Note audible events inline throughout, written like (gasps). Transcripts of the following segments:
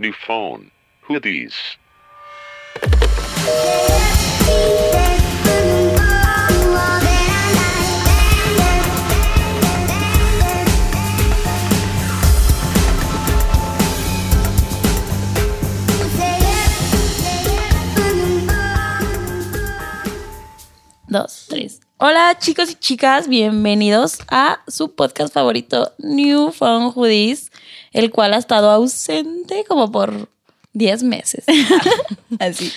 New phone. Who these? dos, tres. Hola chicos y chicas, bienvenidos a su podcast favorito, New Phone Hoodies, el cual ha estado ausente como por 10 (laughs) meses. Así.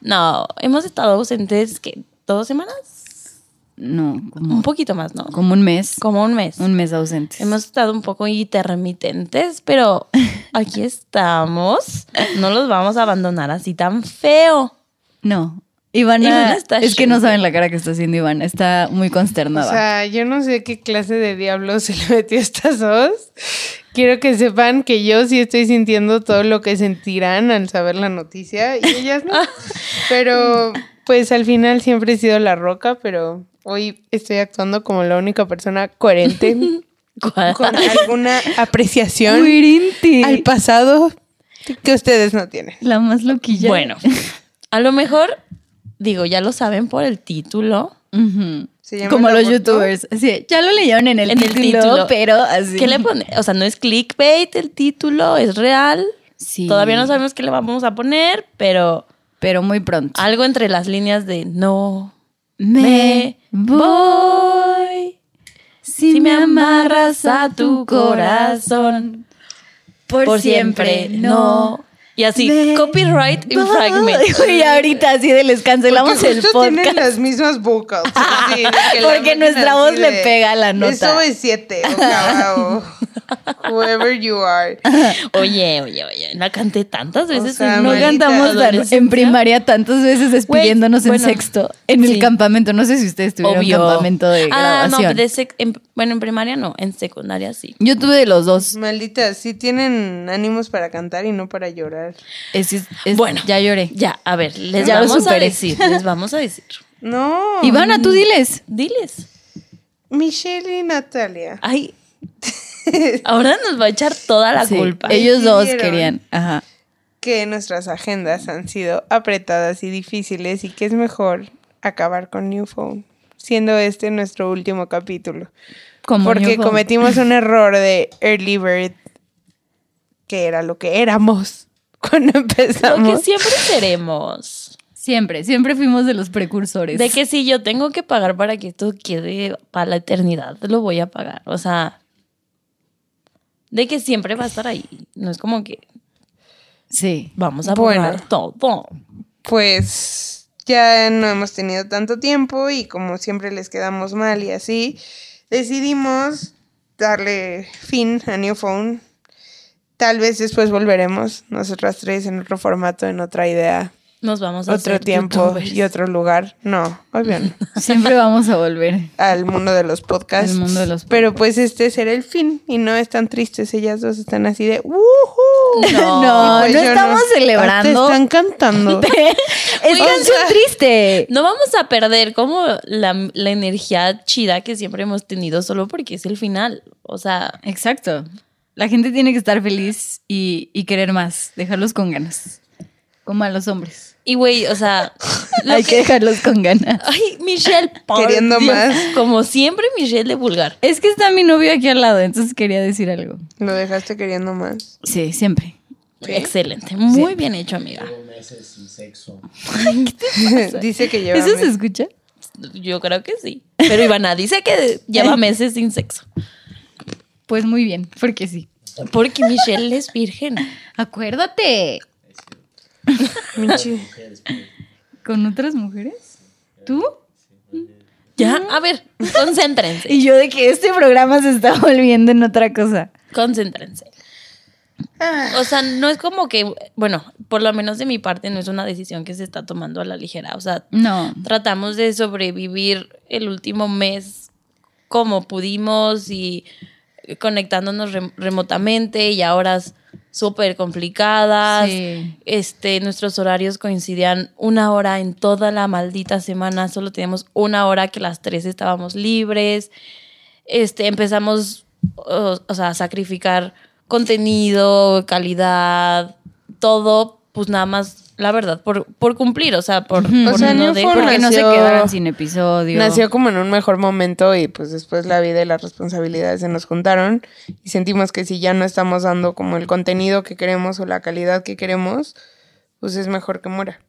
No, hemos estado ausentes, ¿qué? ¿Dos semanas? No, Un como, poquito más, ¿no? como un mes. Como un mes. Un mes ausente. Hemos estado un poco intermitentes, (laughs) pero aquí estamos. No los vamos a abandonar así tan feo. No. Ivana, Ivana está es que no shocked. saben la cara que está haciendo Ivana. Está muy consternada. O sea, yo no sé qué clase de diablo (laughs) se le metió a estas dos. Quiero que sepan que yo sí estoy sintiendo todo lo que sentirán al saber la noticia y (laughs) ellas no. Pero pues al final siempre he sido la roca, pero hoy estoy actuando como la única persona coherente (laughs) ¿Cuál? con alguna apreciación Cuirinti. al pasado que ustedes no tienen. La más (laughs) loquilla. Bueno, a lo mejor, digo, ya lo saben por el título. Ujú. Se llama Como el los aborto. youtubers. Sí, ya lo leyeron en el, En el título, título. pero así. ¿Qué le pone? O sea, no es clickbait el título, es real. Sí. Todavía no sabemos qué le vamos a poner, pero Pero muy pronto. algo entre las líneas de no me voy si me amarras a tu corazón por, por siempre no. Y así, me copyright in (laughs) (laughs) fragments. Y ahorita así de les cancelamos Porque el justo tienen podcast. las mismas vocals. (laughs) así, de que la Porque meten nuestra así voz le de, pega la nota. Eso es siete. (laughs) o sea, o Whoever you are. Oye, oye, oye, la canté tantas veces. sea, en No mi Ahorita, cantamos tan, adolescencia. en primaria tantas veces despidiéndonos Güey, en bueno, sexto, en el sí. campamento. No sé si ustedes tuvieron Obvio. campamento de Ah, no, graduación. de sec- en- bueno, en primaria no, en secundaria sí. Yo tuve de los dos. Malditas, sí tienen ánimos para cantar y no para llorar. Es- es- es- Bueno. ya lloré. Ya, a ver, les Ya lo vamos a superé. decir, les vamos a decir. No. Ivana, tú diles. Diles. Michelle y Natalia. Ay. Ahora nos va a echar toda la Sí, culpa. Ellos dos Decidieron. querían. Ajá. Que nuestras agendas han sido apretadas y difíciles y que es mejor acabar con New Phone. Siendo este nuestro último capítulo. Como porque Newfound. (laughs) cometimos un error de early bird, que era lo que éramos (laughs) cuando Lo que empezamos. siempre seremos. Siempre, siempre fuimos de los precursores. De que si yo tengo que pagar para que esto quede para la eternidad, lo voy a pagar. O sea, de que siempre va a estar ahí. No es como que Sí. vamos a Bueno. pagar todo. Pues ya no hemos tenido tanto tiempo y como siempre les quedamos mal y así, decidimos darle fin a New Phone. Tal vez después volveremos, nosotras tres, en otro formato, en otra idea, Nos vamos a otro hacer tiempo youtubers. y otro lugar. No, (laughs) obvio no. Siempre vamos a volver. al mundo de los podcasts. Al mundo de los Pero pues este será el fin y no están tristes. Ellas dos están así de No, ¡Woohoo! Y, pues, no yo Ah, estamos celebrando. Te (laughs) están cantando. Es canción triste. No vamos a perder como la, la energía chida que siempre hemos tenido solo porque es el final. O sea, Exacto. La gente tiene que estar feliz y, y querer más. Dejarlos con ganas. Como a los hombres. y güey, o (laughs) sea, lo Hay que dejarlos con ganas. Ay, (laughs) Michelle, por Queriendo Dios. más. Como siempre, Michelle de vulgar. Es que está mi novio aquí al lado, entonces quería decir algo. Lo dejaste queriendo más. Sí, siempre. Excelente. Muy bien hecho, amiga. meses sin sexo. (laughs) Dice que lleva (laughs) ¿Eso se meses. escucha? Yo creo que sí. Pero Ivana dice que (laughs) lleva meses sin sexo. Pues muy bien, porque sí. Porque Michelle es virgen. Acuérdate. Minchi. ¿Con otras mujeres? ¿Tú? Ya, a ver, (laughs) concéntrense. Y yo de que este programa se está (laughs) volviendo en otra cosa. Concéntrense. O sea, no es como que, bueno, por lo menos de mi parte no es una decisión que se está tomando a la ligera. O sea, No. tratamos de sobrevivir el último mes como pudimos y conectándonos rem- remotamente y a horas súper complicadas. Sí. Este, nuestros horarios coincidían una hora en toda la maldita semana, solo teníamos una hora que las tres estábamos libres. Este, empezamos o, o sea, a sacrificar contenido, calidad, todo, pues nada más, la verdad, por, por cumplir, o sea, por, Ujú. por O sea, no New de- Form porque- Porque no se nació- quedaron sin episodio. Nació como en un mejor momento y pues después la vida y las responsabilidades se nos juntaron y sentimos que si ya no estamos dando como el contenido que queremos o la calidad que queremos, pues es mejor que muera.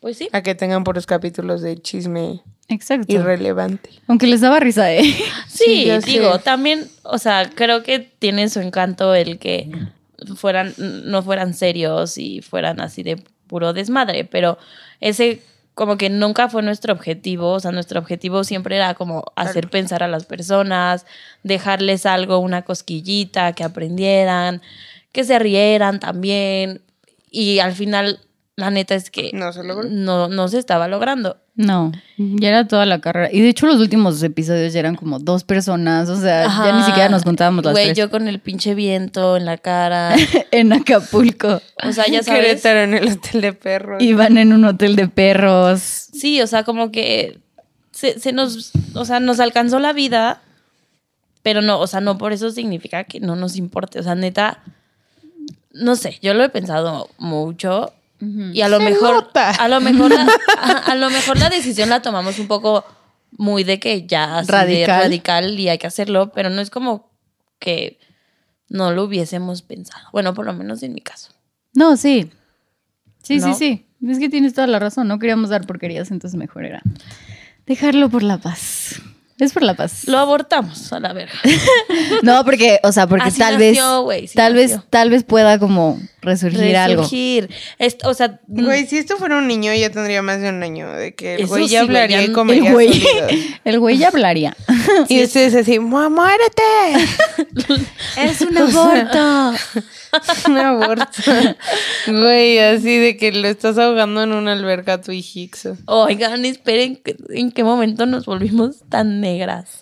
Pues sí. A que tengan puros capítulos de chisme Exacto. irrelevante. Aunque les daba risa, ¿eh? Sí, Sí, ya digo, sé. también, o sea, creo que tiene su encanto el que fueran, no fueran serios y fueran así de puro desmadre, pero ese como que nunca fue nuestro objetivo, o sea, nuestro objetivo siempre era como hacer pensar a las personas, dejarles algo, una cosquillita, que aprendieran, que se rieran también, y al final, la neta es que No se logró. no, no se estaba logrando. No, ya era toda la carrera. Y de hecho los últimos episodios ya eran como dos personas, o sea, ya ni Ajá. siquiera nos contábamos las Güey, tres. yo con el pinche viento en la cara. (laughs) En Acapulco. O (laughs) sea, ya sabes. Querétaro en el hotel de perros. Iban en un hotel de perros. Sí, o sea, como que se, se nos, o sea, nos alcanzó la vida, pero no, o sea, no por eso significa que no nos importe. O sea, neta, no sé, yo lo he pensado mucho y a lo Se mejor, nota. a lo mejor, la, (laughs) a, a lo mejor la decisión la tomamos un poco muy de que ya así de Radical. radical y hay que hacerlo, pero no es como que no lo hubiésemos pensado. Bueno, por lo menos en mi caso. No, sí. Sí, ¿No? sí, sí. Es que tienes toda la razón. No queríamos dar porquerías, entonces mejor era dejarlo por la paz. Es por la paz. Lo abortamos a la verga. No, porque, o sea, porque Así tal nació, vez, güey, sí tal vez, nació. tal vez pueda como resurgir, algo. Resurgir. Es- o sea, Güey, si esto fuera un niño, ya tendría más de un año. De que el Eso güey sí, ya güey, hablaría ya- y el comería güey. (laughs) sonidos. El güey ya hablaría. (laughs) Y ustedes así, "Mua, muérete. (laughs) es un aborto. (laughs) un aborto. Güey, así de que lo estás ahogando en una alberca tú y Hicks. Oigan, esperen, que- ¿en qué momento nos volvimos tan negras?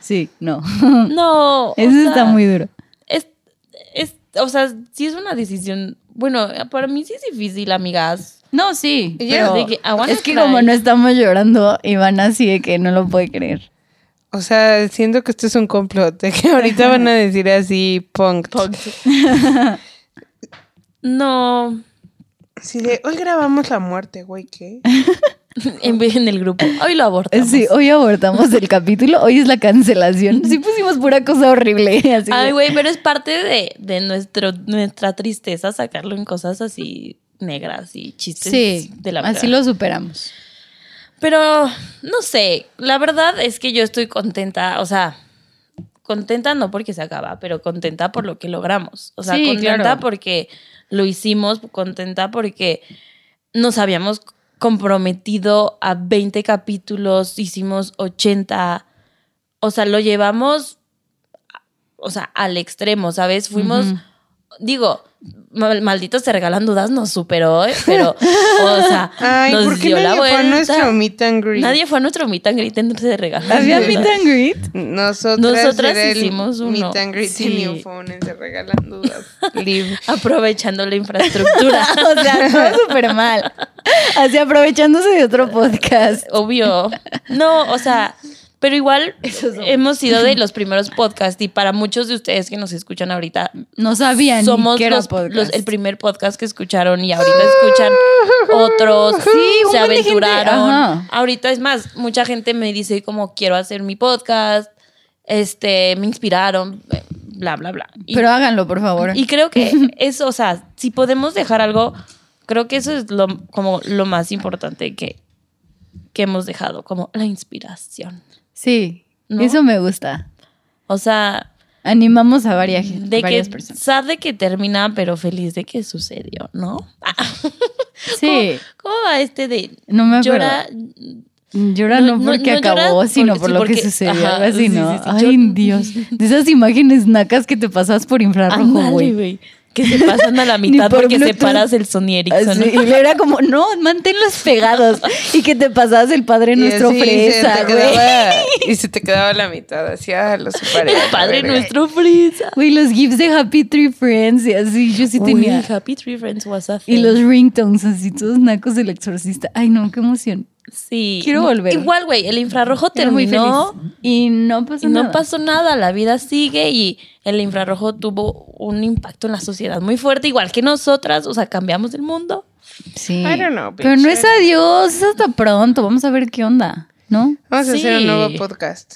Sí, no. No. o Mm. Eso sea, está muy duro. es- es- o sea, sí es una decisión. Bueno, para mí sí es difícil, amigas. No, sí. pero de que, I wanna es que cry. como no estamos llorando, Iván así de que no lo puede creer. O sea, siento que esto es un complot. De que ahorita van a decir así, punk. No, (laughs) Así de, hoy grabamos la muerte, güey, (laughs) ¿qué? en vez en el grupo. Hoy lo abortamos. Sí, hoy abortamos el capítulo, hoy es la cancelación. Sí pusimos pura cosa horrible. (laughs) Así de- Ay, güey, pero es parte de, de nuestro, nuestra tristeza sacarlo en cosas así negras y chistes Sí, de la así verga. lo superamos. Pero no sé, la verdad es que yo estoy contenta, o sea, contenta no porque se acaba, pero contenta por lo que logramos. O sea, Sí, contenta claro. porque lo hicimos, contenta porque nos habíamos comprometido a 20 capítulos, hicimos 80, o sea, lo llevamos, o sea, al extremo, ¿sabes? Fuimos Ujú. digo, mal- malditos te regalan dudas, nos superó, ¿eh? pero, o sea, (laughs) Ay, nos ¿por qué dio la nadie fue a vuelta. nuestro meet and greet? Nadie fue a nuestro meet and greet, entonces de regalo. ¿Había meet and greet? Nosotras, Nosotras era el hicimos uno. Meet and greet Sí. y New Phone se regalan (laughs) dudas. Live. (laughs) Aprovechando la infraestructura, (laughs) O sea, todo súper mal. Así aprovechándose de otro podcast. obvio. No, o sea, pero igual hemos sido de (laughs) los primeros podcasts y para muchos de ustedes que nos escuchan ahorita, No sabían somos que era los- podcast. los- el primer podcast que escucharon y ahorita (laughs) escuchan otros. Sí, un se buen de gente, aventuraron. ajá. Ahorita es más, mucha gente me dice como quiero hacer mi podcast, este, me inspiraron, bla, bla, bla. Y, Pero háganlo, por favor. y creo que (laughs) eso, o sea, si podemos dejar algo, creo que eso es lo, como lo más importante que, que hemos dejado, como la inspiración. sí, ¿No? eso me gusta. O sea, Animamos a varias, de varias que personas. sad de que termina, pero feliz de que sucedió, ¿no? Ah, Sí, ¿Cómo va este de no me acuerdo. llora? Llora No, no, no, porque no llora acabó, sino porque- por sí, lo que porque- sucedió. ajá, algo así, sí, sí, ¿no? sí, Ay, yo- Dios. De esas imágenes nacas que te pasas por infrarrojo, Ándale, güey. güey. Que se pasan a la Ah, (laughs) Ni mitad por porque Bluetooth. Ah, separas el Sony Ericsson. (laughs) Así, y le era como, no, manténlos pegados. Y que te pasabas (laughs) el Padre Nuestro así fresa, se te güey. quedaba- (laughs) y se te quedaba la mitad, así, ah, lo separé. El padre verga. nuestro frisa. Güey, los GIFs de Happy Tree Friends y así, yo sí tenía. Happy Tree Friends was a Y thing. los ringtones así, todos nacos del exorcista. Ay, no, qué emoción. Sí. Quiero volver. Igual, güey, el infrarrojo Era muy terminó feliz. Y no pasó y no nada. pasó nada. La vida sigue y el infrarrojo tuvo un impacto en la sociedad muy fuerte, igual que nosotras. O sea, cambiamos el mundo. Sí. I don't know, Pero bitch. no es adiós, es hasta pronto. Vamos a ver qué onda, ¿no? Vamos a hacer Sí. un nuevo podcast.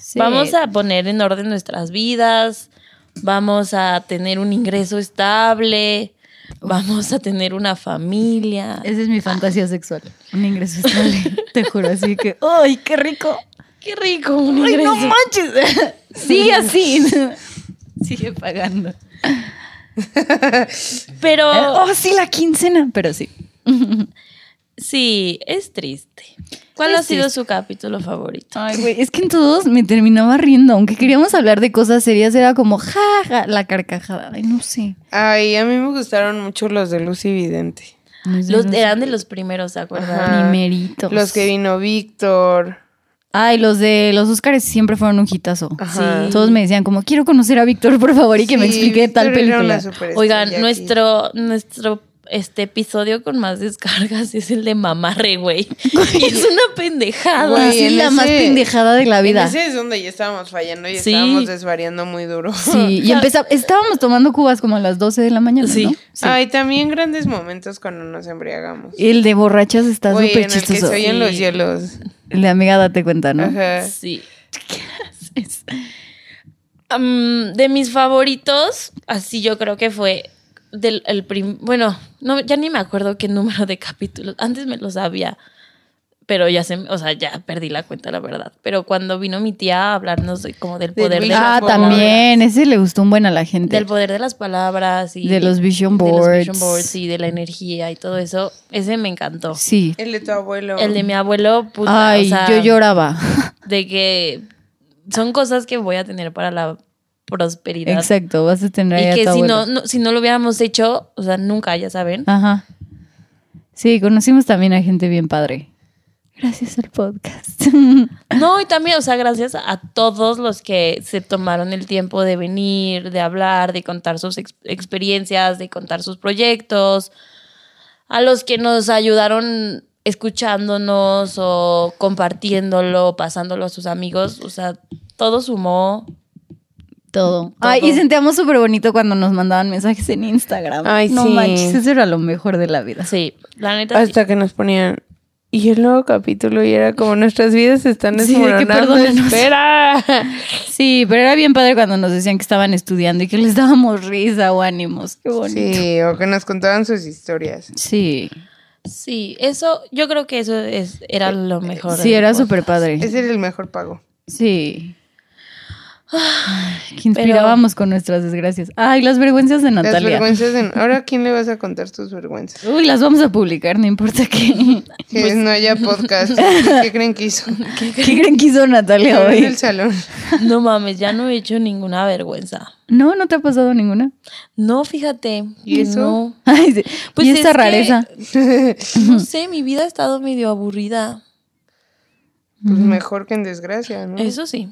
Sí. Vamos a poner en orden nuestras vidas. Vamos a tener un ingreso estable. Vamos a tener una familia. Esa es mi fantasía sexual. Un ingreso (laughs) estable, te juro. Así que, ¡ay, qué rico! Qué rico un ¡Ay, ingreso. no (laughs) manches! Sigue así. (laughs) Sigue pagando. Pero Eh, Oh, sí, la quincena. Pero sí. sí, es triste. ¿Cuál Es ha sido triste. su capítulo favorito? Ay, güey, es que en todos me terminaba riendo. Aunque queríamos hablar de cosas serias, era como, ja, ja, la carcajada. Ay, no sé. Ay, a mí me gustaron mucho los de Lucy Vidente. No sé, Los, no sé. eran de los primeros, ¿se acuerdan? Ajá. Primeritos. Los que vino Víctor. Ay, los de los Óscares siempre fueron un hitazo. Ajá. Sí. Todos me decían como, quiero conocer a Víctor, por favor, y que me Sí, explique tal Víctor era película. una superestrella Oigan, aquí. nuestro, nuestro este episodio con más descargas es el de mamarre, güey. Y es una pendejada. Güey, Así en la más ese- pendejada de la En vida. Ese es donde ya estábamos fallando y Sí. estábamos desvariando muy duro. (laughs) (laughs) Sí, y empezaba, estábamos tomando cubas como a las 12 de la mañana, Sí. ¿no? Ay, también grandes momentos cuando nos embriagamos. El de borrachas está Güey, en súper el que chistoso. se oyen Sí. los hielos. El de amiga date cuenta, ¿no? Ajá. Sí. Am, de mis favoritos, así yo creo que fue del el prim- bueno, no ya ni me acuerdo qué número de capítulos. Antes me lo sabía, pero ya se, me- o sea, ya perdí la cuenta la verdad. Pero cuando vino mi tía a hablarnos de, como del Del poder de, Vision las Ah, Por- también, ese le gustó un buen a la gente. del poder de las palabras y De los vision de los vision boards. boards y de la energía y todo eso, ese me encantó. Sí. El de tu abuelo. El de mi abuelo, puta, Ay, o sea, yo lloraba. de que son cosas que voy a tener para la prosperidad. (laughs) Exacto, vas a tener ahí Y a que tu si no, abuelo. no- si no lo hubiéramos hecho, o sea, nunca, ya saben. Ajá. Sí, conocimos también a gente bien padre. Gracias al podcast. (laughs) No, y también, o sea, gracias a todos los que se tomaron el tiempo de venir, de hablar, de contar sus ex- experiencias, de contar sus proyectos, a los que nos ayudaron escuchándonos o compartiéndolo, pasándolo a sus amigos, o sea, todo sumó. Todo. Ay, y sentíamos súper bonito cuando nos mandaban mensajes en Instagram. Ay, no sí. manches, eso era lo mejor de la vida. Sí, la neta. sí. Hasta que nos ponían. Y el nuevo capítulo, y era como nuestras vidas se están Sí, de que desmoronando. perdónanos. Espera. Sí, pero era bien padre cuando nos decían que estaban estudiando y que les dábamos risa o ánimos. Qué (laughs) bonito. Sí, o que nos contaban sus historias. Sí, Sí, eso, yo creo que eso es, Eh, era lo mejor. sí, del era podcast. súper padre. Ese era el mejor pago. Sí. Que inspirábamos con nuestras desgracias. Ay, las vergüenzas de Las Natalia. vergüenzas. de- Ahora, ¿a quién le vas a contar tus vergüenzas? Uy, las vamos a publicar, no importa qué. Que Pues, (laughs) no haya podcast. ¿Qué creen que (laughs) hizo? ¿Qué creen que hizo Natalia Ahora en hoy? el salón. (laughs) No mames, ya no he hecho ninguna vergüenza. No, no te ha pasado ninguna. No, fíjate. ¿Y que eso? No. Ay, sí. Pues y es esta que- rareza. No sé, mi vida ha estado medio aburrida. Pues mejor que en desgracia, Mm. ¿no? Eso (laughs) sí.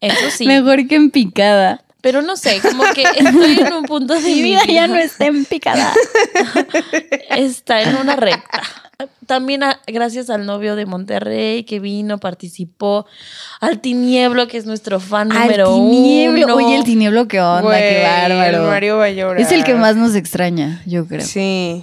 Eso sí. Mejor que en picada. Pero no sé, como que estoy en un punto de mi vida. está en picada. (laughs) Está en una recta. También a- gracias al novio de Monterrey que vino, participó. Al Tinieblo, que es nuestro fan Al número tinieblo. uno. Oye, el tinieblo, qué onda, qué Güey, bárbaro. El Mario va a llorar. Es el que más nos extraña, yo creo. Sí.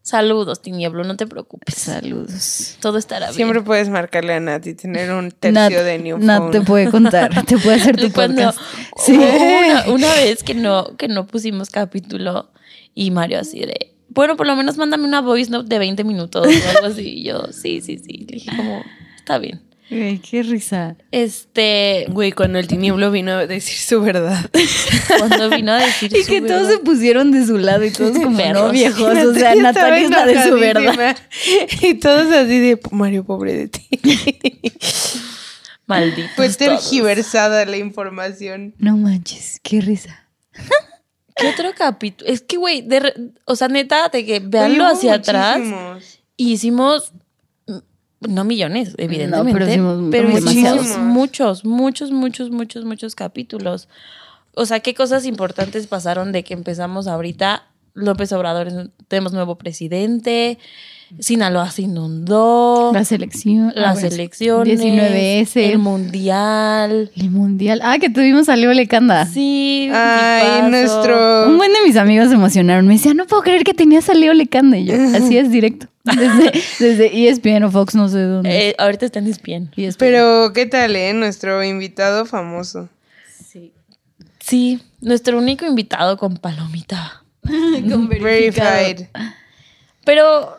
Saludos, Tinieblo, no te preocupes. Saludos. Todo estará bien. Siempre puedes marcarle a Nat y tener un tercio Nat, de New Nat Phone. te puede contar, te puede (laughs) hacer tu Cuando podcast. Sí. hubo Oh, una, una vez que no, que no pusimos capítulo y Mario así de, bueno, por lo menos mándame una voice note de 20 minutos o algo así. Y yo, sí, sí, sí. Le dije como, está bien. Ay, qué risa. Este, Güey, cuando el tinieblo vino a decir su (laughs) verdad. cuando vino a decir Y su que todos verdad- se pusieron de su lado y todos como no Perros. viejos. Pues, O (laughs) sea, Natalia Natalia es la estaba de su verdad. enojadísima. Y todos así de, Mario, pobre (laughs) de ti. malditos Pues Fue todos. tergiversada la información. No manches, qué risa. ¿Qué otro capítulo? Es que, güey, de re- o sea, neta, de que Güey, veanlo hubo hacia atrás. muchísimos. Y hicimos, mm, no millones, evidentemente, pero pero, hicimos hicimos demasiados. muchos, muchos, muchos, muchos, muchos capítulos. O sea, qué cosas importantes pasaron de que empezamos ahorita López Obrador, es- tenemos nuevo presidente, Sinaloa se inundó, La selección. ah, las bueno, elecciones, 19S. el mundial. El mundial. Ah, que tuvimos a Leo Lecanda. Sí, Ay, tipazo. nuestro. Un buen de mis amigos se emocionaron. Me decía, no puedo creer que tenías a Leo Lecanda. (laughs) Y yo, así es directo. Desde, desde E ESPN o Fox, no sé dónde. Eh, ahorita está en ESPN. ESPN. Pero, ¿qué tal, eh? Nuestro invitado famoso. Sí, nuestro único invitado con palomita. Con verificado. Verified. Pero,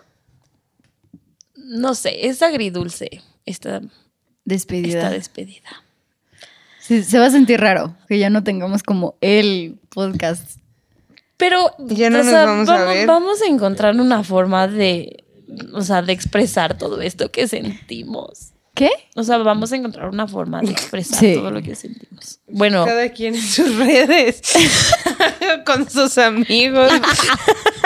no sé, es agridulce esta, esta Despedida. despedida. Sí, se va a sentir raro que ya no tengamos como el podcast. Pero Ya no o nos sea, vamos a ver. vamos a encontrar una forma de, o sea, de expresar todo esto que sentimos. ¿Qué? O sea, vamos a encontrar una forma de expresar Sí. todo lo que sentimos. Bueno, Cada quien en sus (laughs) redes. (laughs) Con sus amigos.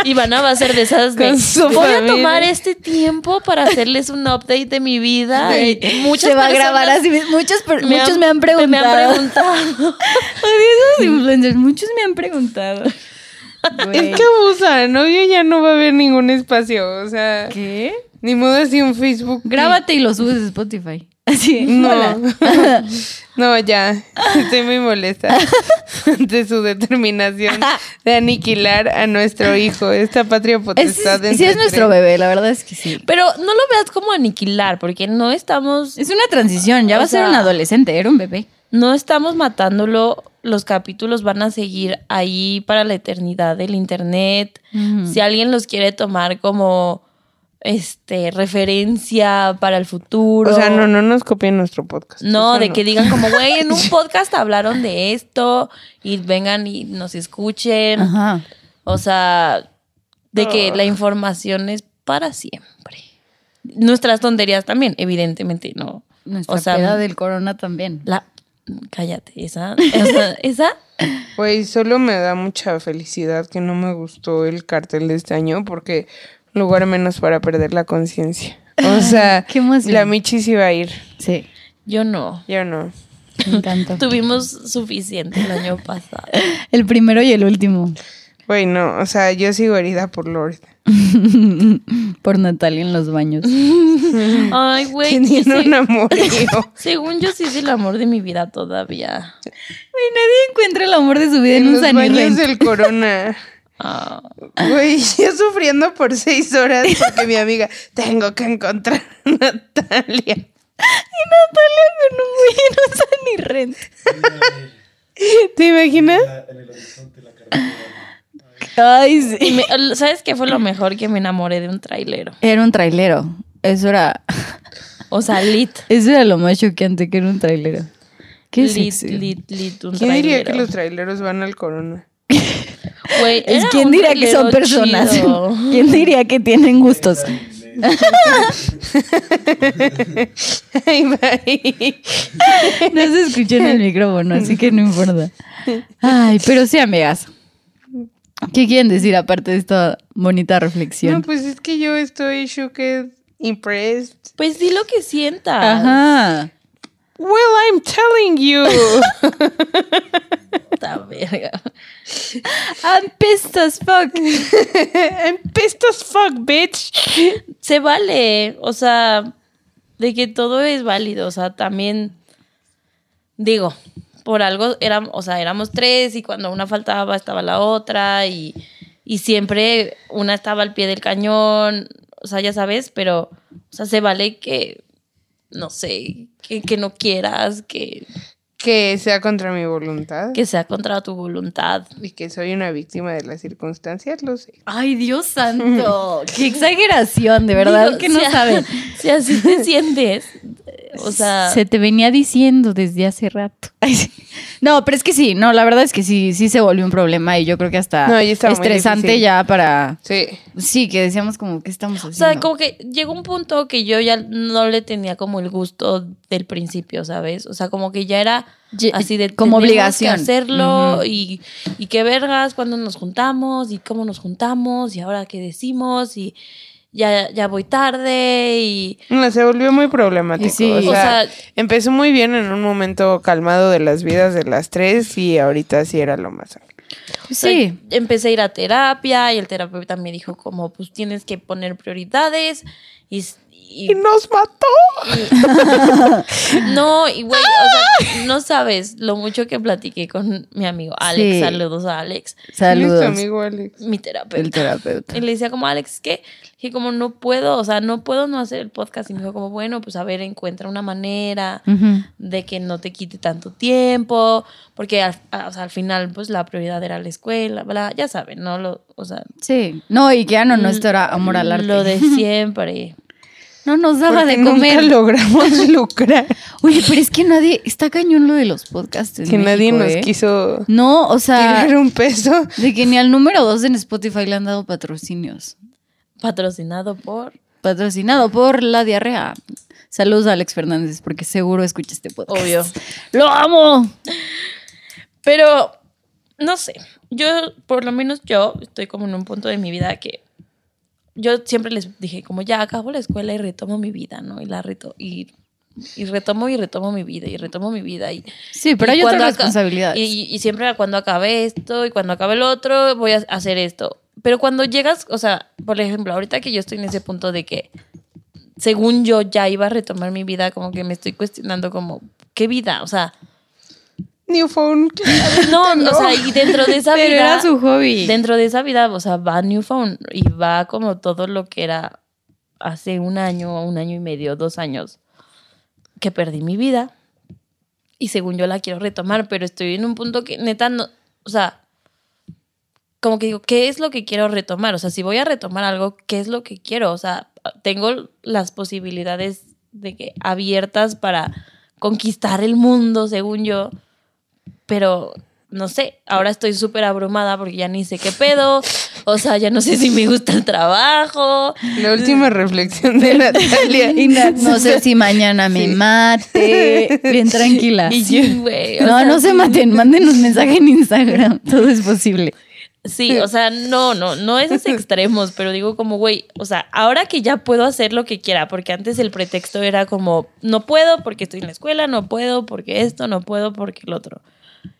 Ivana va a ser de esas de, Con su voy a familia". tomar este tiempo para hacerles un update de mi vida. Ay, Y muchas se va a grabar personas así. mismo. Muchas, per- me muchos me han preguntado. Me han (laughs) preguntado. Odio esos influencers. Muchos me han preguntado. Güey. Es que abusan, ¿no? Yo ya no va a haber ningún espacio. O sea, ¿Qué? ni modo así un Facebook. Grábate y lo subes a Spotify. (laughs) Así. No. (laughs) hola. no, ya. Estoy (laughs) muy molesta de su determinación de aniquilar a nuestro hijo, esta patria Es- potestad. sí, entre es nuestro tres. bebé, la verdad es que sí. Pero no lo veas como aniquilar, porque no estamos, Es una transición, ya O va a ser sea- un adolescente, era un bebé. no estamos matándolo. Los capítulos van a seguir ahí para la eternidad del internet. Mm. Si alguien los quiere tomar como este referencia para el futuro. O sea, no, no nos copien nuestro podcast. No, Eso de que digan como, güey, en (laughs) un podcast hablaron de esto y vengan y nos escuchen. Ajá. O sea, de que la información es para siempre. Nuestras tonterías también, evidentemente, no. Nuestra O sea, peda del corona también. La... Cállate, esa, (laughs) esa, esa- Güey, solo me da mucha felicidad que no me gustó el cartel de este año porque lugar menos para perder la conciencia. O sea, Qué emoción. la Michi sí va a ir. Sí, yo no. Yo no. (laughs) me encantó. Tuvimos suficiente el año pasado. El primero y el último. Güey, no. O sea, yo sigo herida por Lord. Por Natalia en los baños. Ay, güey. Teniendo se- un amorío. Según yo, sí es el amor de mi vida todavía. Güey, nadie encuentra el amor de su vida en, en un los Sunny baños Rent. del corona. Ah. (laughs) Güey, yo sufriendo por seis horas porque mi amiga, tengo que encontrar a Natalia. Y Natalia con un güey en un Sunny Rent. ¿Te imaginas? Ay, Y sí. me- ¿Sabes qué fue lo mejor que me enamoré de un trailero? Era un trailero. Eso era, (laughs) O sea, lit. eso era lo más choqueante que era un trailero. Qué lit, sexy. lit, lit, un ¿Quién diría trailero. que los traileros van al corona? Güey, Es era ¿Quién un diría que son trailero personas? (laughs) chido. (laughs) ¿Quién diría que tienen gustos? Ay, bye. No se escucha en el micrófono, así que no importa. Ay, pero sí, amigas. ¿Qué quieren decir aparte de esta bonita No, reflexión? pues es que yo estoy shocked, impressed. Pues di lo que pues, sientas. Ajá. Well, I'm telling you. Puta verga. I'm pissed as (laughs) fuck. I'm pissed as fuck, bitch. Se vale, o sea, de que todo es válido, o sea, también digo, por algo éramos, o sea, éramos tres y cuando una faltaba estaba la otra y, y siempre una estaba al pie del cañón, o sea, ya sabes, pero, o sea, se vale que, no sé, que, que no quieras, que, (laughs) Que sea contra mi voluntad. que sea contra tu voluntad. Y que soy una víctima de las circunstancias, lo sé. Ay, Dios (laughs) santo. Qué exageración, de verdad. Digo, que no si a- (laughs) saben. Si así (laughs) te sientes, eh, o sea, se te venía diciendo desde hace rato. (laughs) Ay, sí. No, pero es que sí, no, la verdad es que sí, sí se volvió un problema y yo creo que hasta No, ya estaba muy estresante difícil. ya para. Sí. Sí, que decíamos como, ¿qué estamos haciendo? o sea, como que llegó un punto que yo ya no le tenía como el gusto del principio, ¿sabes? O sea, como que ya era Ye- así de como tenemos obligación. que hacerlo Ujú. y, y qué vergas, cuándo nos juntamos y cómo nos juntamos y ahora qué decimos y ya, ya voy tarde y No, se volvió muy problemático. Sí. O, sea, O sea- empezó muy bien en un momento calmado de las vidas de las tres y ahorita sí era lo más. sea, Sí. empecé a ir a terapia y el terapeuta me dijo como, pues tienes que poner prioridades y... s- y- Y nos mató. (laughs) no, y güey, o sea, no sabes lo mucho que platiqué con mi amigo Alex. Sí. Saludos a Alex, Saludos. Nuestro amigo Alex. mi El terapeuta. (laughs) terapeuta. Y le decía como, Alex, ¿qué? Y como, no puedo, o sea, no puedo no hacer el podcast. Y me dijo como, bueno, pues a ver, encuentra una manera Ujú. de que no te quite tanto tiempo, porque al, a- o sea, al final, pues la prioridad era la escuela, bla, ya saben, ¿no? Lo, o sea, Sí. No, y que ya no, no, esto era amor al arte. (laughs) lo de siempre. No nos daba Porque de comer. Nunca logramos (laughs) lucrar. Oye, pero es que nadie. Está cañón lo de los podcasts. en que nadie México, nos ¿eh? quiso No, o sea. tirar un peso. (laughs) De que ni al número dos en Spotify le han dado patrocinios. Patrocinado por, Patrocinado por la diarrea. Saludos a Alex Fernández, porque seguro escucha este podcast. obvio. ¡Lo amo! Pero, no sé, yo, por lo menos yo, estoy como en un punto de mi vida que yo siempre les dije, como ya acabo la escuela y retomo mi vida, ¿no? Y la reto, y, y retomo y retomo mi vida, y retomo mi vida, y Sí, pero Y hay cuando otras aca- responsabilidades. Y, y siempre cuando acabe esto y cuando acabe el otro, voy a hacer esto. Pero cuando llegas, o sea, por ejemplo, ahorita que yo estoy en ese punto de que, según yo ya iba a retomar mi vida, como que me estoy cuestionando como, ¿qué vida? O sea, New phone. (laughs) no, o sea, y dentro de (laughs) esa Pero vida... era su hobby. Dentro de esa vida, o sea, va New Phone y va como todo lo que era hace un año, un año y medio, dos años, que perdí mi vida. Y según yo la quiero retomar, pero estoy en un punto que neta no, o sea, como que digo, ¿qué es lo que quiero retomar? O sea, si voy a retomar algo, ¿qué es lo que quiero? O sea, tengo las posibilidades de que abiertas para conquistar el mundo, según yo, pero no sé, ahora estoy súper abrumada porque ya ni sé qué pedo, o sea, ya no sé si me gusta el trabajo. (laughs) La última reflexión de Natalia. (laughs) No sé si mañana (laughs) me mate. Bien tranquila. Y sí, güey, o No, sea, no se maten, mándenos mensaje en Instagram. (laughs) Todo es posible. Sí, o sea, no, no, no esos extremos, pero digo como, güey, o sea, ahora que ya puedo hacer lo que quiera, porque antes el pretexto era como, no puedo porque estoy en la escuela, no puedo porque esto, no puedo porque el otro.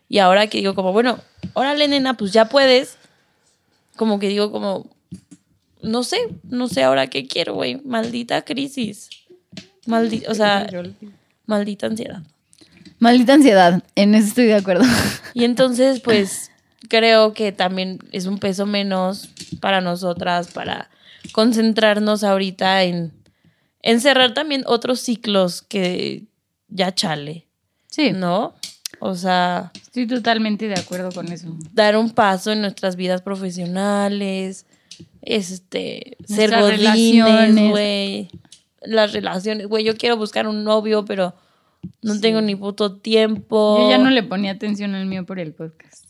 Y ahora que digo como, bueno, órale, nena, pues ya puedes, como que digo como, no sé, no sé ahora qué quiero, güey, maldita crisis, maldita, o sea, maldita ansiedad. Maldita ansiedad, en eso estoy de acuerdo. Y entonces, pues, creo que también es un peso menos para nosotras, para concentrarnos ahorita en, en cerrar también otros ciclos que ya chale, Sí, ¿no? O sea, estoy totalmente de acuerdo con eso. dar un paso en nuestras vidas profesionales, este, ser Nuestras godines, relaciones. güey. Las relaciones, güey, yo quiero buscar un novio, pero no tengo ni puto tiempo. Yo ya no le ponía atención al mío por el podcast.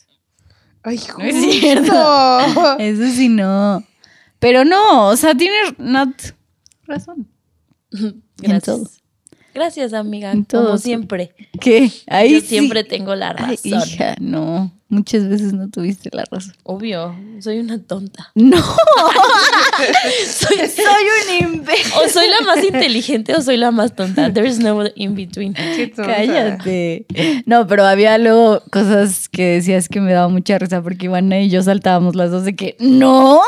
Ay, No es (laughs) Eso sí, no. Pero no, o sea, tienes Nat razón. Gracias. todo. Gracias, amiga. En Como todo. siempre. ¿Qué? Ahí yo sí. siempre tengo la Ay, razón. hija, no. Muchas veces no tuviste la (laughs) razón. Obvio, soy una tonta. (laughs) No. soy, (laughs) soy un imbécil. O soy la más inteligente o soy la más (laughs) tonta. There's no in between. Cállate. No, pero había luego cosas que decías que me daba mucha risa porque Ivana y yo saltábamos las dos de que no,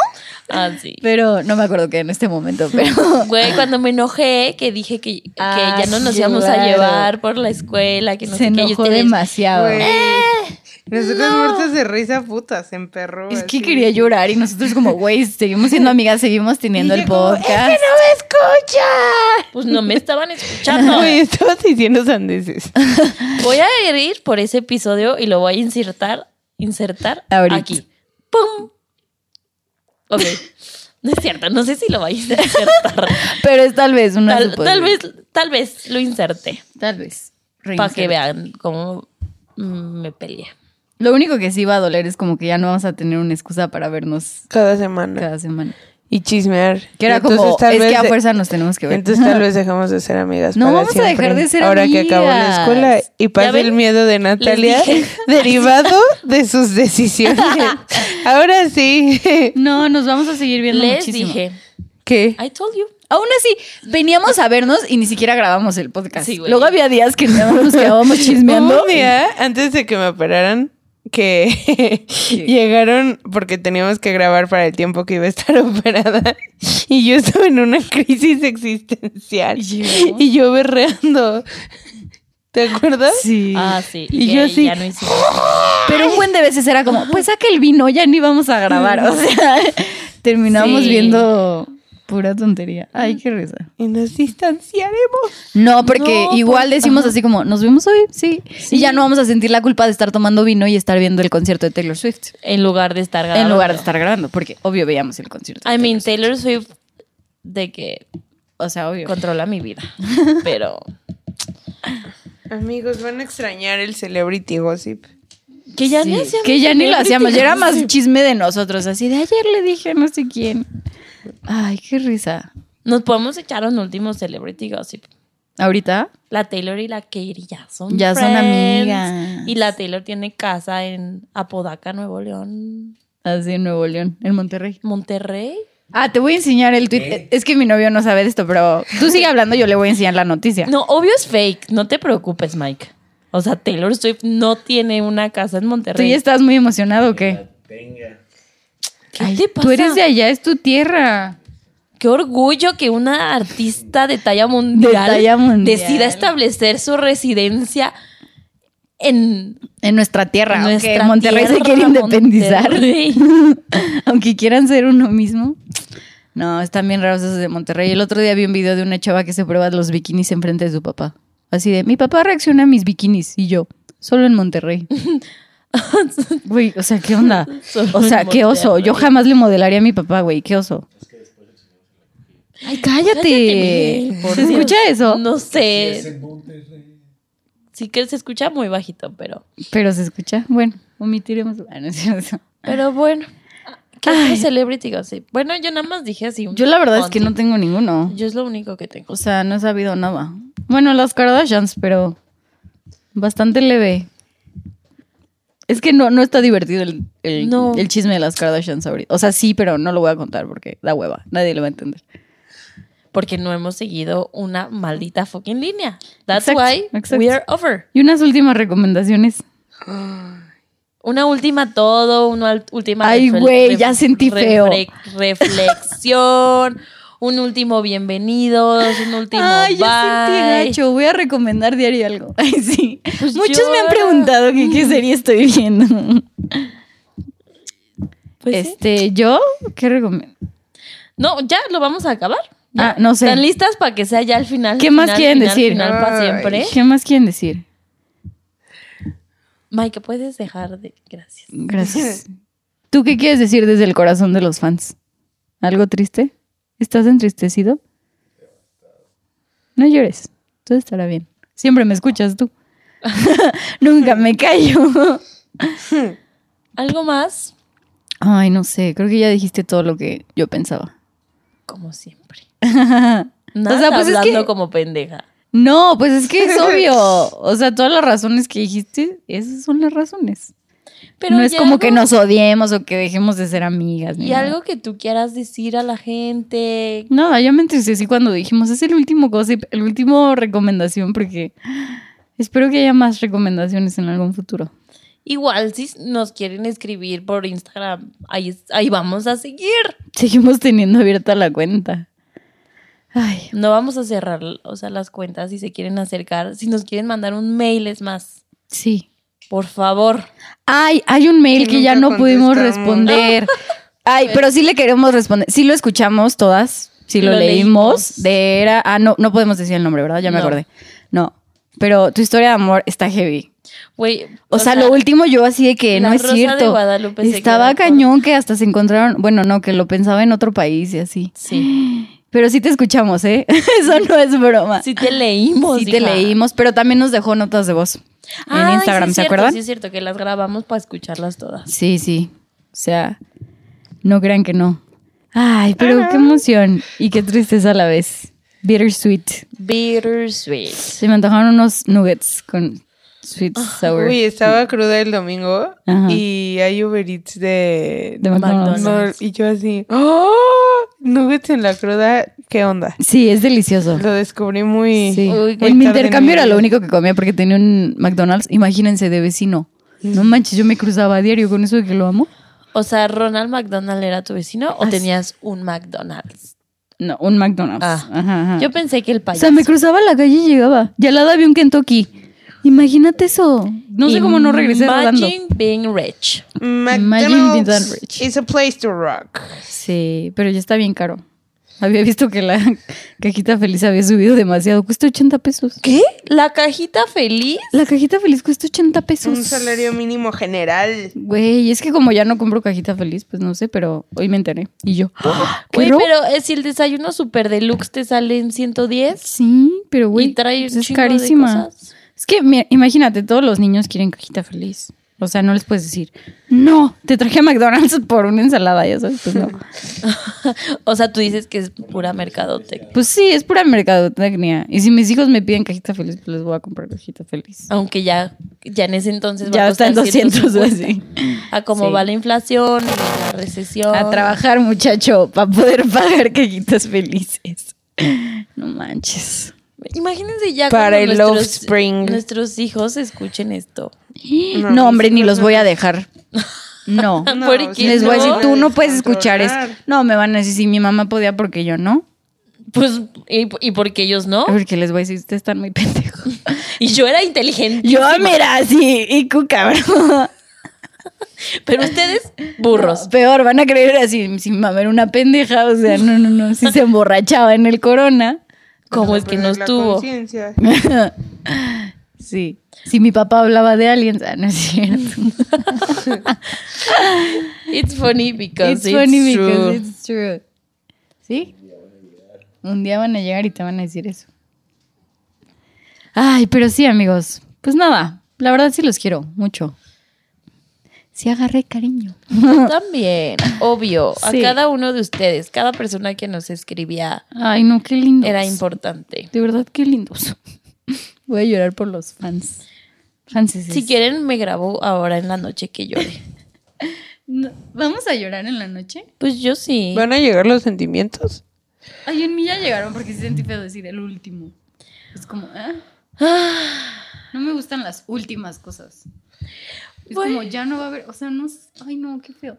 Ah, sí. pero no me acuerdo que en este momento, pero Güey, cuando me enojé, que dije que, que Ah, ya no nos sí, íbamos a claro. llevar por la escuela, (laughs) que no se sé qué. y enojó ustedes, demasiado. Nosotros muertos de risa puta, se emperró. Eh, Es que así. quería (laughs) llorar y nosotros (laughs) como, güey, seguimos siendo amigas, seguimos teniendo Y el yo como, "Es podcast. que no Pues no me estaban (laughs) me escucha! escuchando. Güey, estabas diciendo sandeces. Voy a ir por ese episodio y lo voy a insertar, insertar Ahorita. aquí. ¡Pum! Ok. No es cierto, no sé si lo vais a (laughs) insertar. Pero es tal vez una Tal, suposición. tal vez, tal vez lo inserte Tal vez. para que Reinserta. vean cómo mm, me peleé. Lo único que sí va a doler es como que ya no vamos a tener una excusa para vernos Cada semana. cada semana. Y chismear. Que era Y entonces, como, tal es vez que a de- fuerza nos tenemos que ver. Entonces tal vez dejamos de ser amigas. No para vamos a dejar siempre. de ser Ahora que acabó la amigas. escuela y pasa ven? el miedo de Natalia Les dije. (laughs) derivado de (laughs) sus decisiones. Ahora sí. (laughs) No, nos vamos a seguir viendo Les muchísimo. dije, ¿Qué? I told you. Aún así, veníamos a vernos y ni siquiera grabamos el podcast. Sí, güey. (laughs) Luego había días que no nos quedábamos chismeando. Un día, antes de que me operaran, que (laughs) llegaron porque teníamos que grabar para el tiempo que iba a estar (laughs) operada y yo estaba en una crisis existencial ¿Y llegó? y yo berreando. ¿Te acuerdas? Sí. Ah, sí. Y que yo así- Ya no hicimos. Pero un buen de veces era como, pues saca el vino, ya ni vamos a grabar. O sea, (laughs) terminamos Sí. viendo pura tontería. Ay, qué risa. Y nos distanciaremos. No, porque No, igual por- decimos así como, nos vemos hoy, sí. Y ya no vamos a sentir la culpa de estar tomando vino y estar viendo el concierto de Taylor Swift. En lugar de estar grabando. En lugar de estar grabando, porque obvio veíamos el concierto. de I mean, Taylor Swift. Taylor Swift de que o sea, obvio. controla mi (laughs) vida. Pero. Amigos, van a extrañar el celebrity gossip. Que ya Sí, ni hacíamos. que ya ni lo hacíamos, (laughs) ya era más chisme de nosotros, así de ayer le dije a no sé quién. Ay, qué risa. Nos podemos echar un último celebrity gossip. Ahorita La Taylor y la Katie ya son Ya son friends. amigas. Y la Taylor tiene casa en Apodaca, Nuevo León, Así en Nuevo León, en Monterrey. Monterrey. Ah, te voy a enseñar el tweet. Es que mi novio no sabe de esto, pero tú sigue hablando, yo le voy a enseñar la noticia. No, obvio es fake. No te preocupes, Mike. O sea, Taylor Swift no tiene una casa en ¿Tú Monterrey. ya estás muy emocionado o qué? ¿Qué Ay, te Tú pasa? eres de allá, es tu tierra. Qué orgullo que una artista de talla mundial, talla mundial. decida establecer su residencia en En nuestra tierra. nuestra aunque Monterrey se tierra, quiere independizar. Monterrey. (laughs) aunque quieran ser uno mismo. No, están bien raros esos de Monterrey. El otro día vi un video de una chava que se prueba los bikinis enfrente de su papá. Así de, mi papá reacciona a mis bikinis y yo, solo (laughs) en Monterrey. Güey, o sea, ¿qué onda? Solo O sea, en qué oso. Yo Monterrey. jamás le modelaría a mi papá, güey, qué oso. Ay, cállate. Miguel, por ¿Se Dios. escucha eso? No sé. Sí que se escucha muy bajito, pero. Pero se escucha. Bueno, omitiremos. Ah, no es cierto. Pero bueno. ¿Qué Ay. otro celebrity gossip? Bueno, yo nada más dije así. un Yo la verdad es que no conti. tengo ninguno. Yo es lo único que tengo. O sea, no he sabido nada. Bueno, las Kardashians, pero bastante leve. Es que no, no está divertido el, el- No. el chisme de las Kardashians ahorita. O sea, sí, pero no lo voy a contar porque da hueva. Nadie lo va a entender. Porque no hemos seguido una maldita fucking línea. That's Exacto, why exacto. we are over. Y unas últimas recomendaciones. Una última todo, una al- última. Ay, refle- güey, ref- ya sentí feo. reflexión, un último bienvenidos, un último. Ay, ya bye. sentí gacho. Voy a recomendar diario algo. (laughs) Ay, sí. Pues Muchos me han llora. preguntado que (laughs) qué serie estoy viendo. Pues sí. este, ¿yo? ¿Qué recomiendo? No, ya lo vamos a acabar. Ya. Ah, no sé. ¿Están listas para que sea ya el final? ¿Qué más final, quieren final, decir? Final para Ay. siempre. ¿Qué más quieren decir? Mike, puedes dejar de. Gracias. Gracias. (laughs) ¿Tú qué quieres decir desde el corazón de los fans? ¿Algo triste? ¿Estás entristecido? No llores. Todo estará bien. Siempre me escuchas tú. (laughs) Nunca me callo. ¿Algo más? Ay, no sé. Creo que ya dijiste todo lo que yo pensaba. Como (laughs) siempre. Nada sea, pues es hablando que- como pendeja. No, pues es (laughs) que es obvio. O sea, todas las razones que dijiste, esas son las razones. Pero no es ¿y como algo- que nos odiemos o que dejemos de ser amigas. ni Y nada. algo que tú quieras decir a la gente. Nada, ya me entristecí cuando dijimos, es el último gossip, el último recomendación, porque espero que haya más recomendaciones en algún futuro. Igual si nos quieren escribir por Instagram, ahí, es- ahí vamos a seguir. Seguimos teniendo abierta la cuenta. Ay, No vamos a cerrar, o sea, las cuentas si se quieren acercar. Si nos quieren mandar un mail es más. sí. Por favor. Ay, hay un mail Que que ya nunca no pudimos contestamos. responder. Ay, pero sí le queremos responder. Sí lo escuchamos todas, sí lo, Lo leímos. leímos. De era, ah, no, no podemos decir el nombre, ¿verdad? Ya me No. acordé. No, pero tu historia de amor está heavy. Güey, O, sea, lo último yo así de que la no es Rosa de cierto. Guadalupe se Estaba quedó cañón que hasta se encontraron, bueno, no, que lo pensaba en otro país y así. Sí. Pero sí te escuchamos, ¿eh? (laughs) Eso no es broma. Sí, Sí te leímos. te hija. leímos, pero también nos dejó notas de voz en Ay, sí Instagram, es ¿se cierto, acuerdan? Sí, es cierto, que las grabamos para escucharlas todas. Sí, sí. O sea, no crean que no. Ay, pero qué emoción y qué tristeza a la vez. Bittersweet. Bittersweet. Se me antojaron unos nuggets con sweet Ah, sour. Uy, estaba cruda el domingo Ajá. y hay Uber Eats de... de McDonald's. McDonald's. y yo así... ¡Oh! Nuggets en la cruda, ¿qué onda? Sí, es delicioso. Lo descubrí muy... Sí. Uy, muy en mi tarde en intercambio mi era lo vida. único que comía porque tenía un McDonald's, imagínense, de vecino. No manches, yo me cruzaba a diario con eso de que lo amo. O sea, ¿Ronald McDonald era tu vecino o Así. tenías un McDonald's? No, un McDonald's. Ah. Ajá, ajá. Yo pensé que el o payaso. sea, me cruzaba la calle y llegaba. Y al lado había un Kentucky. Imagínate eso. No sé cómo no regresé rodando. Imagine being rich. Imagine being that McDonald's rich. is a place to rock. Sí, pero ya está bien caro. Había visto que la (laughs) cajita feliz había subido demasiado. Cuesta 80 pesos. ¿Qué? ¿La cajita feliz? La cajita feliz cuesta 80 pesos. Un salario mínimo general. Güey, es que como ya no compro cajita feliz, pues no sé, pero hoy me enteré. Y (gasps) yo. ¿qué Güey, ro- pero eh, si el desayuno super deluxe te sale en 110 Sí, pero güey. y trae un pues es chingo de carísima. cosas. (laughs) Es que mira, imagínate, todos los niños quieren cajita feliz. O sea, no les puedes decir, no, te traje a McDonald's (laughs) por una ensalada, ya sabes, (laughs) pues no. O sea, tú dices que es pura mercadotecnia. Pues sí, es pura mercadotecnia. Y si mis hijos me piden cajita feliz, pues les voy a comprar cajita feliz. Aunque ya, ya en ese entonces Ah, pues va ya a está costar en 200, güey, 150. sí. A cómo Sí. va la inflación, la recesión. A trabajar, muchacho, para poder (laughs) pagar cajitas felices. No manches. Imagínense ya Para cuando el nuestros, offspring. nuestros hijos escuchen esto. No, pues hombre, ni los voy a dejar. (laughs) No. No, ¿Por qué Les voy a decir, no? tú no puedes escuchar eso. Descontrolar. No, me van a decir, si mi mamá podía porque yo no. Pues, ¿y, y porque ellos no? Porque les voy a decir, ustedes están muy pendejos. (laughs) (laughs) Y yo era inteligente, Yo, mira, sí, y cu (laughs) cabrón. pero ustedes burros. Peor, van a creer así, si mi mamá era una pendeja, o sea, no, (laughs) no, no, si se emborrachaba en el corona. ¿Cómo es que no Perder la estuvo? conciencia. Sí. Si mi papá hablaba de aliens, ah, no es cierto. It's funny because it's, it's funny true. because it's true. ¿Sí? Un día van a llegar y te van a decir eso. Ay, pero sí, amigos. Pues nada, la verdad sí los quiero mucho. Sí agarré cariño. (laughs) Yo también, obvio. Sí. A cada uno de ustedes, cada persona que nos escribía Ay, no, qué lindo. era importante. De verdad, qué lindos. (laughs) Voy a llorar por los fans. Fanses. Si quieren, me grabo ahora en la noche que llore. No, ¿Vamos a llorar en la noche? Pues yo sí. ¿Van a llegar los sentimientos? Ay, en mí ya llegaron porque sí sentí feo decir el último. Es como, ¿eh? Ah. No me gustan las últimas cosas. Es Bueno. como, ya no va a haber, o sea, no, s- ay no, qué feo.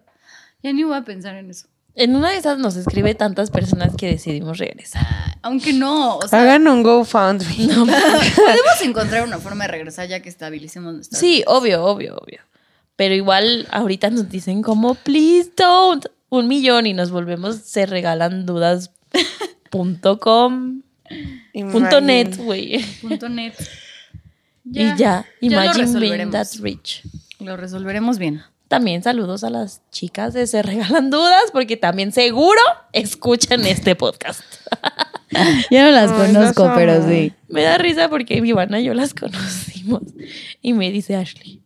Ya ni voy a pensar en eso. En una de esas nos escribe tantas personas que decidimos regresar. Aunque no, o sea, Hagan un GoFundMe. podemos encontrar una forma de regresar ya que estabilicemos nuestra Sí, obvio, obvio, obvio. Pero igual ahorita nos dicen como, please don't, un millón y nos volvemos, se regalan dudas. punto com, punto Imagine. net, güey. punto net. Y ya, lo imagine being resolveremos. that rich. Lo resolveremos bien. También saludos a las chicas de Se Regalan Dudas, porque también seguro escuchan este podcast. Ya no las Ay, las amo. Me da risa porque mi Ivana y yo las (laughs) conocimos. Y me dice Ashley.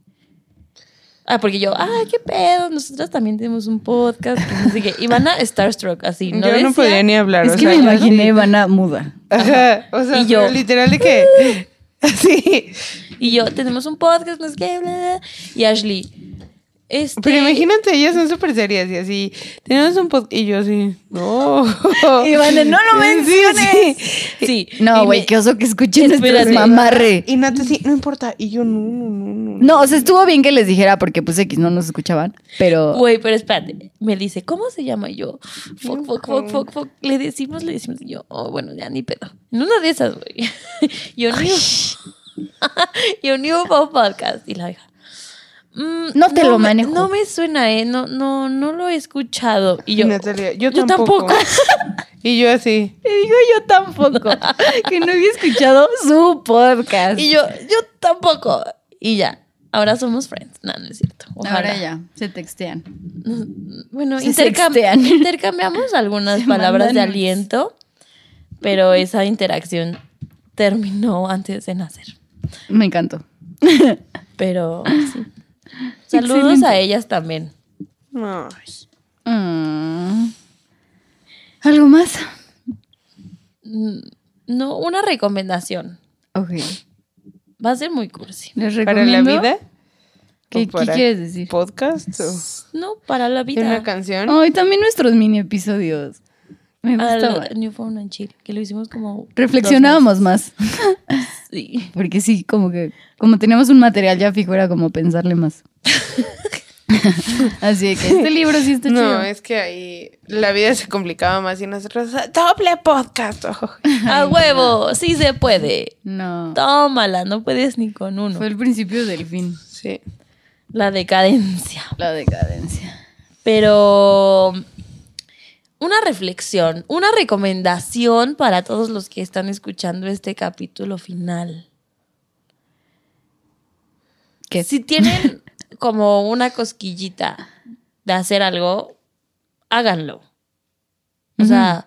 Ah, porque yo, ah, qué pedo, nosotras también tenemos un podcast. que no sé qué. Ivana Starstruck, así. Yo No, no decía- podía ni hablar. Es o que sea, me yo imaginé así- van a muda. (laughs) Ajá, o sea, Y yo- pero literal de que... "Uh". (laughs) Así. Y yo, tenemos un podcast, no sé qué, bla, bla, bla. Y Ashley. Este, Pero imagínate, ellas son súper serias y así. Tenemos un podcast... Y yo así, no. (laughs) Y van de, "No lo menciones. Sí. No, Y güey, me- qué oso que escuchen nuestros Espérate. mamarre. Y Nata así, no importa. Y yo, no, no, no, no. No, o sea, estuvo bien que les dijera porque pues X no nos escuchaban, (laughs) pero Güey, pero espérate. Me dice, ¿cómo se llama? Y yo, fuck, fuck, fuck, fuck, fuck. Le decimos, le decimos. Y yo, oh, bueno, ya ni pedo. En una de esas, güey. (laughs) Yo ni. (laughs) yo ni hubo un podcast. Y la deja. No te lo manejo. No me suena, ¿eh? No, no, no lo he escuchado. Y yo, Natalia, yo yo (laughs) tampoco. tampoco. (laughs) Y yo así. te digo yo tampoco (laughs) que no había escuchado su podcast. y yo, yo tampoco. Y ya. Ahora somos friends. No, no es cierto. Ojalá. Ahora ya, se textean. Bueno, Se intercam- (laughs) sextean. intercambiamos algunas (laughs) Se palabras de mandan aliento, pero esa interacción terminó antes de nacer. Me encantó. Pero (laughs) sí. Saludos Excelente. a ellas también. No. Mm. ¿Algo más? No, una recomendación. Ok. Va a ser muy cursi. Les Para la recomiendo- vida. ¿Qué, ¿O qué para quieres decir? Podcast. o No, para la Una vida. canción. Hoy también nuestros mini episodios. Me Al gustaban. Newfoundland Chill, que lo hicimos como. Reflexionábamos más. (laughs) dos meses. Sí. Porque sí, como que, como teníamos un material ya fijo, era como pensarle más. (laughs) Así que este libro sí está no, chido. es que ahí la vida se complicaba más y nosotros doble podcast. (laughs) ojo". A huevo, sí se puede. No. Tómala, no puedes ni con uno. Fue el principio del fin. Sí. La decadencia. La decadencia. Pero una reflexión, una recomendación para todos los que están escuchando este capítulo final. ¿Qué? Si tienen como una cosquillita de hacer algo, háganlo. O sea,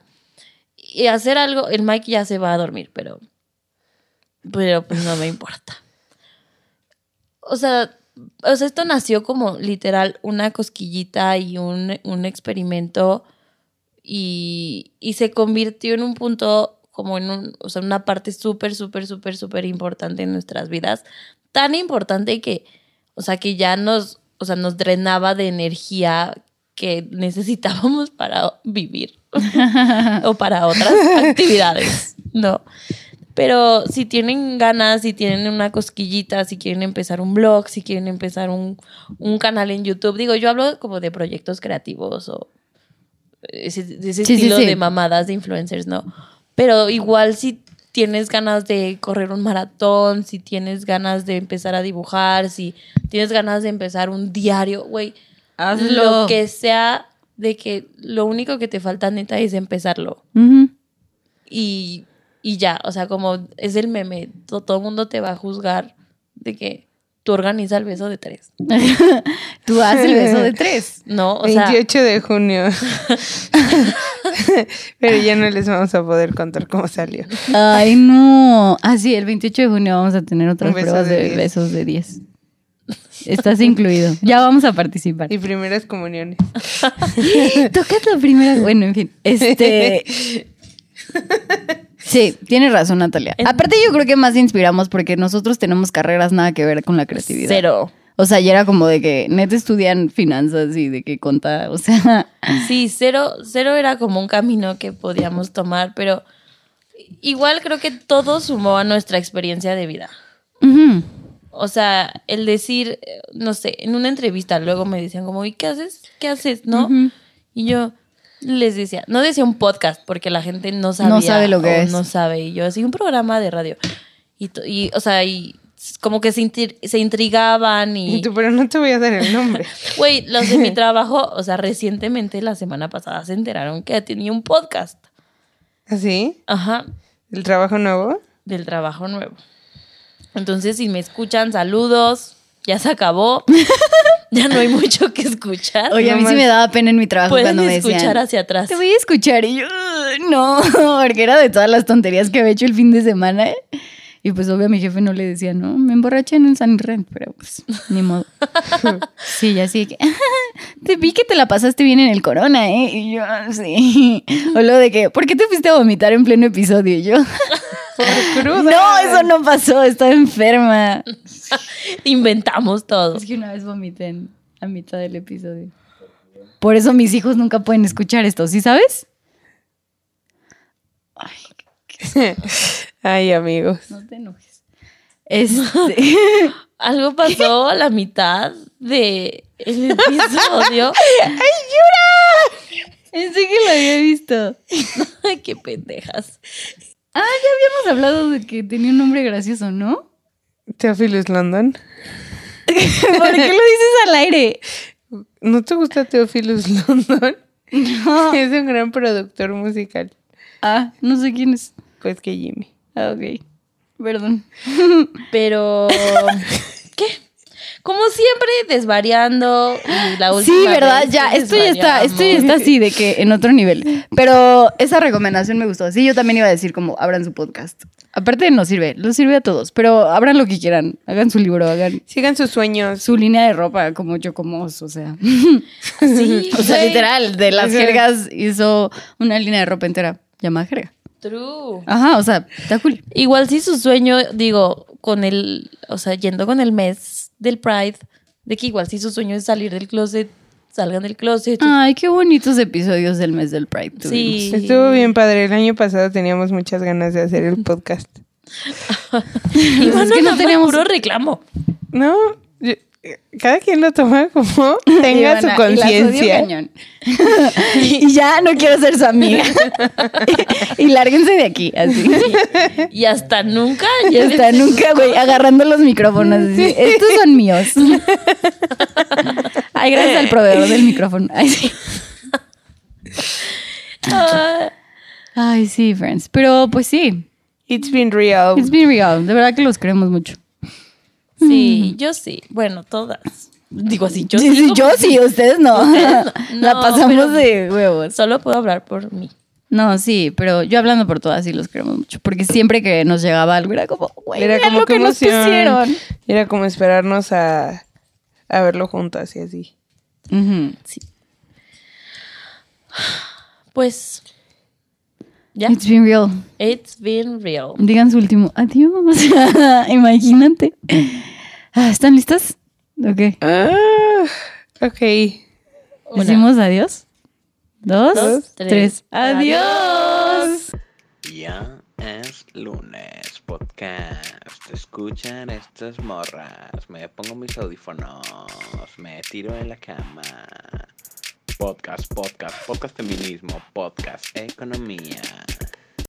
y hacer algo, el Mike ya se va a dormir, pero pero pues no me importa. O sea, o sea, esto nació como literal una cosquillita y un, un experimento y, y se convirtió en un punto como en un, o sea, una parte súper, súper, súper, súper importante en nuestras vidas. Tan importante que, o sea, que ya nos, o sea, nos drenaba de energía que necesitábamos para (laughs) vivir o para otras actividades, ¿no? Pero si tienen ganas, si tienen una cosquillita, si quieren empezar un blog, si quieren empezar un, un canal en YouTube, digo, yo hablo como de proyectos creativos o ese, de ese Sí, sí, estilo sí. de mamadas de influencers, ¿no? Pero igual si tienes ganas de correr un maratón, si tienes ganas de empezar a dibujar, si tienes ganas de empezar un diario, güey, lo que sea de que lo único que te falta neta es empezarlo Ujú. y, y ya, o sea, como es el meme, to- todo el mundo te va a juzgar de que tú organizas el beso de tres, Tú haces el (laughs) beso de tres. ¿no? (laughs) O sea, 28 de junio. Pero ya no les vamos a poder contar cómo salió. Ay, no. Ah, sí, el 28 de junio vamos a tener otras Un beso pruebas de de, diez. besos de 10. Estás incluido. Ya vamos a participar. Y primeras comuniones. (laughs) Tocas la primera. Bueno, en fin. Este. Sí, tienes razón, Natalia. Es- Aparte, yo creo que más inspiramos porque nosotros tenemos carreras nada que ver con la creatividad. cero. O sea, ya era como de que neta estudian finanzas y de que conta. O sea, (laughs) Sí, cero, cero era como un camino que podíamos tomar, pero igual creo que todo sumó a nuestra experiencia de vida. ujú. O sea, el decir, eh, no sé, en una entrevista luego me decían como, ¿y qué haces? ¿Qué haces? ¿No? Y yo les decía, no decía un podcast porque la gente no sabía. No sabe lo que o es. No sabe. Y yo así, un programa de radio. Y, to- y, o sea, y s- como que se, intir- se intrigaban Y y... tú, pero no te voy a dar el nombre. Güey, los (laughs) de mi trabajo, o sea, recientemente la semana pasada se enteraron que tenía un podcast. ¿Así? Ajá, ¿El trabajo nuevo? del trabajo nuevo. Entonces, si me escuchan, saludos. Ya se (laughs) acabó. ya no hay mucho que escuchar. Oye, a mí Nomás- sí me daba pena en mi trabajo Pueden cuando me escuchar decían. hacia atrás. Te voy a escuchar y yo, "Ugh, no, (laughs) porque era de todas las tonterías que había hecho el fin de semana. ¿eh? Y pues obvio a mi jefe no le decía, no, me emborraché en el San Ren, pero pues (laughs) ni modo. sí, ya así de que, "Ah, te vi que te la pasaste bien en el corona, ¿eh? Y yo, sí. O luego de que, ¿por qué te fuiste a vomitar en pleno episodio? Y yo, (laughs) Por cruda. no, eso no pasó, estaba enferma. Inventamos todo. Es que una vez vomité en- a mitad del episodio. Por eso mis hijos nunca pueden escuchar esto, ¿sí sabes? Ay, amigos. No te enojes. Este, (laughs) Algo pasó a la mitad de (laughs) el episodio. pensé que lo había visto. (laughs) Ay, qué pendejas. Ah, ya habíamos hablado de que tenía un nombre gracioso, ¿no? Theophilus London. (laughs) ¿Por qué lo dices al aire? ¿No te gusta Theophilus (laughs) London? Es un gran productor musical. (laughs) Ah, no sé quién es. Pues que Jimmy. Ah, ok. Perdón. (laughs) Pero ¿qué? Como siempre desvariando y la última Sí, verdad, vez ya. que Esto ya está, desvariamos. esto ya está así de que en otro nivel. Pero esa recomendación me gustó. Sí, yo también iba a decir como abran su podcast. Aparte nos sirve, nos sirve a todos, pero abran lo que quieran, hagan su libro, hagan Sigan sus sueños. su línea de ropa como yo como os, o sea. Sí, (laughs) O sea, güey. literal, de las Sí. jergas hizo una línea de ropa entera llamada jerga. True. Ajá, o sea, está cool. Igual si su sueño, digo, con el, o sea, yendo con el mes del Pride, de que igual si su sueño es salir del closet, salgan del closet. Ay, qué bonitos episodios del mes del Pride. tuvimos. sí. Estuvo bien padre. El año pasado teníamos muchas ganas de hacer el podcast. Y Pues es bueno, que no no teníamos- teníamos puro reclamo. No, yo- cada quien lo toma (laughs) como tenga Ivana, su y las odio conciencia. cañón. (laughs) y ya no quiero ser su amiga. (laughs) y lárguense de aquí, así. (laughs) Y hasta nunca. Y ya (laughs) hasta ves. nunca, güey, agarrando los micrófonos. así, Estos son (laughs) míos. Ay, gracias al proveedor del micrófono. Ay, sí. Ah, Ay, sí, friends. Pero pues sí, It's been real. it's been real. De verdad que los queremos mucho. sí, yo sí. Bueno, todas. Digo así, yo sí, sí. sí, yo sí, ustedes no. Ustedes no. (laughs) La No, pasamos pero- de huevos. Solo puedo hablar por mí. No, sí, pero yo hablando por todas sí los queremos mucho. Porque siempre que nos llegaba algo era como, güey, Era vean como lo que que nos emoción. pusieron. Era como esperarnos a, a verlo juntas y así. Ujú. Pues. Ya. It's been real. It's been real. Digan su último adiós. (laughs) Imagínate. Ah, ¿Están listas? Ok. Ah, ok. Una, Decimos adiós. Dos, dos, tres. Adiós. Ya es lunes, podcast. Escuchan estas morras. Me pongo mis audífonos. Me tiro en la cama. Podcast, podcast, podcast feminismo, podcast economía.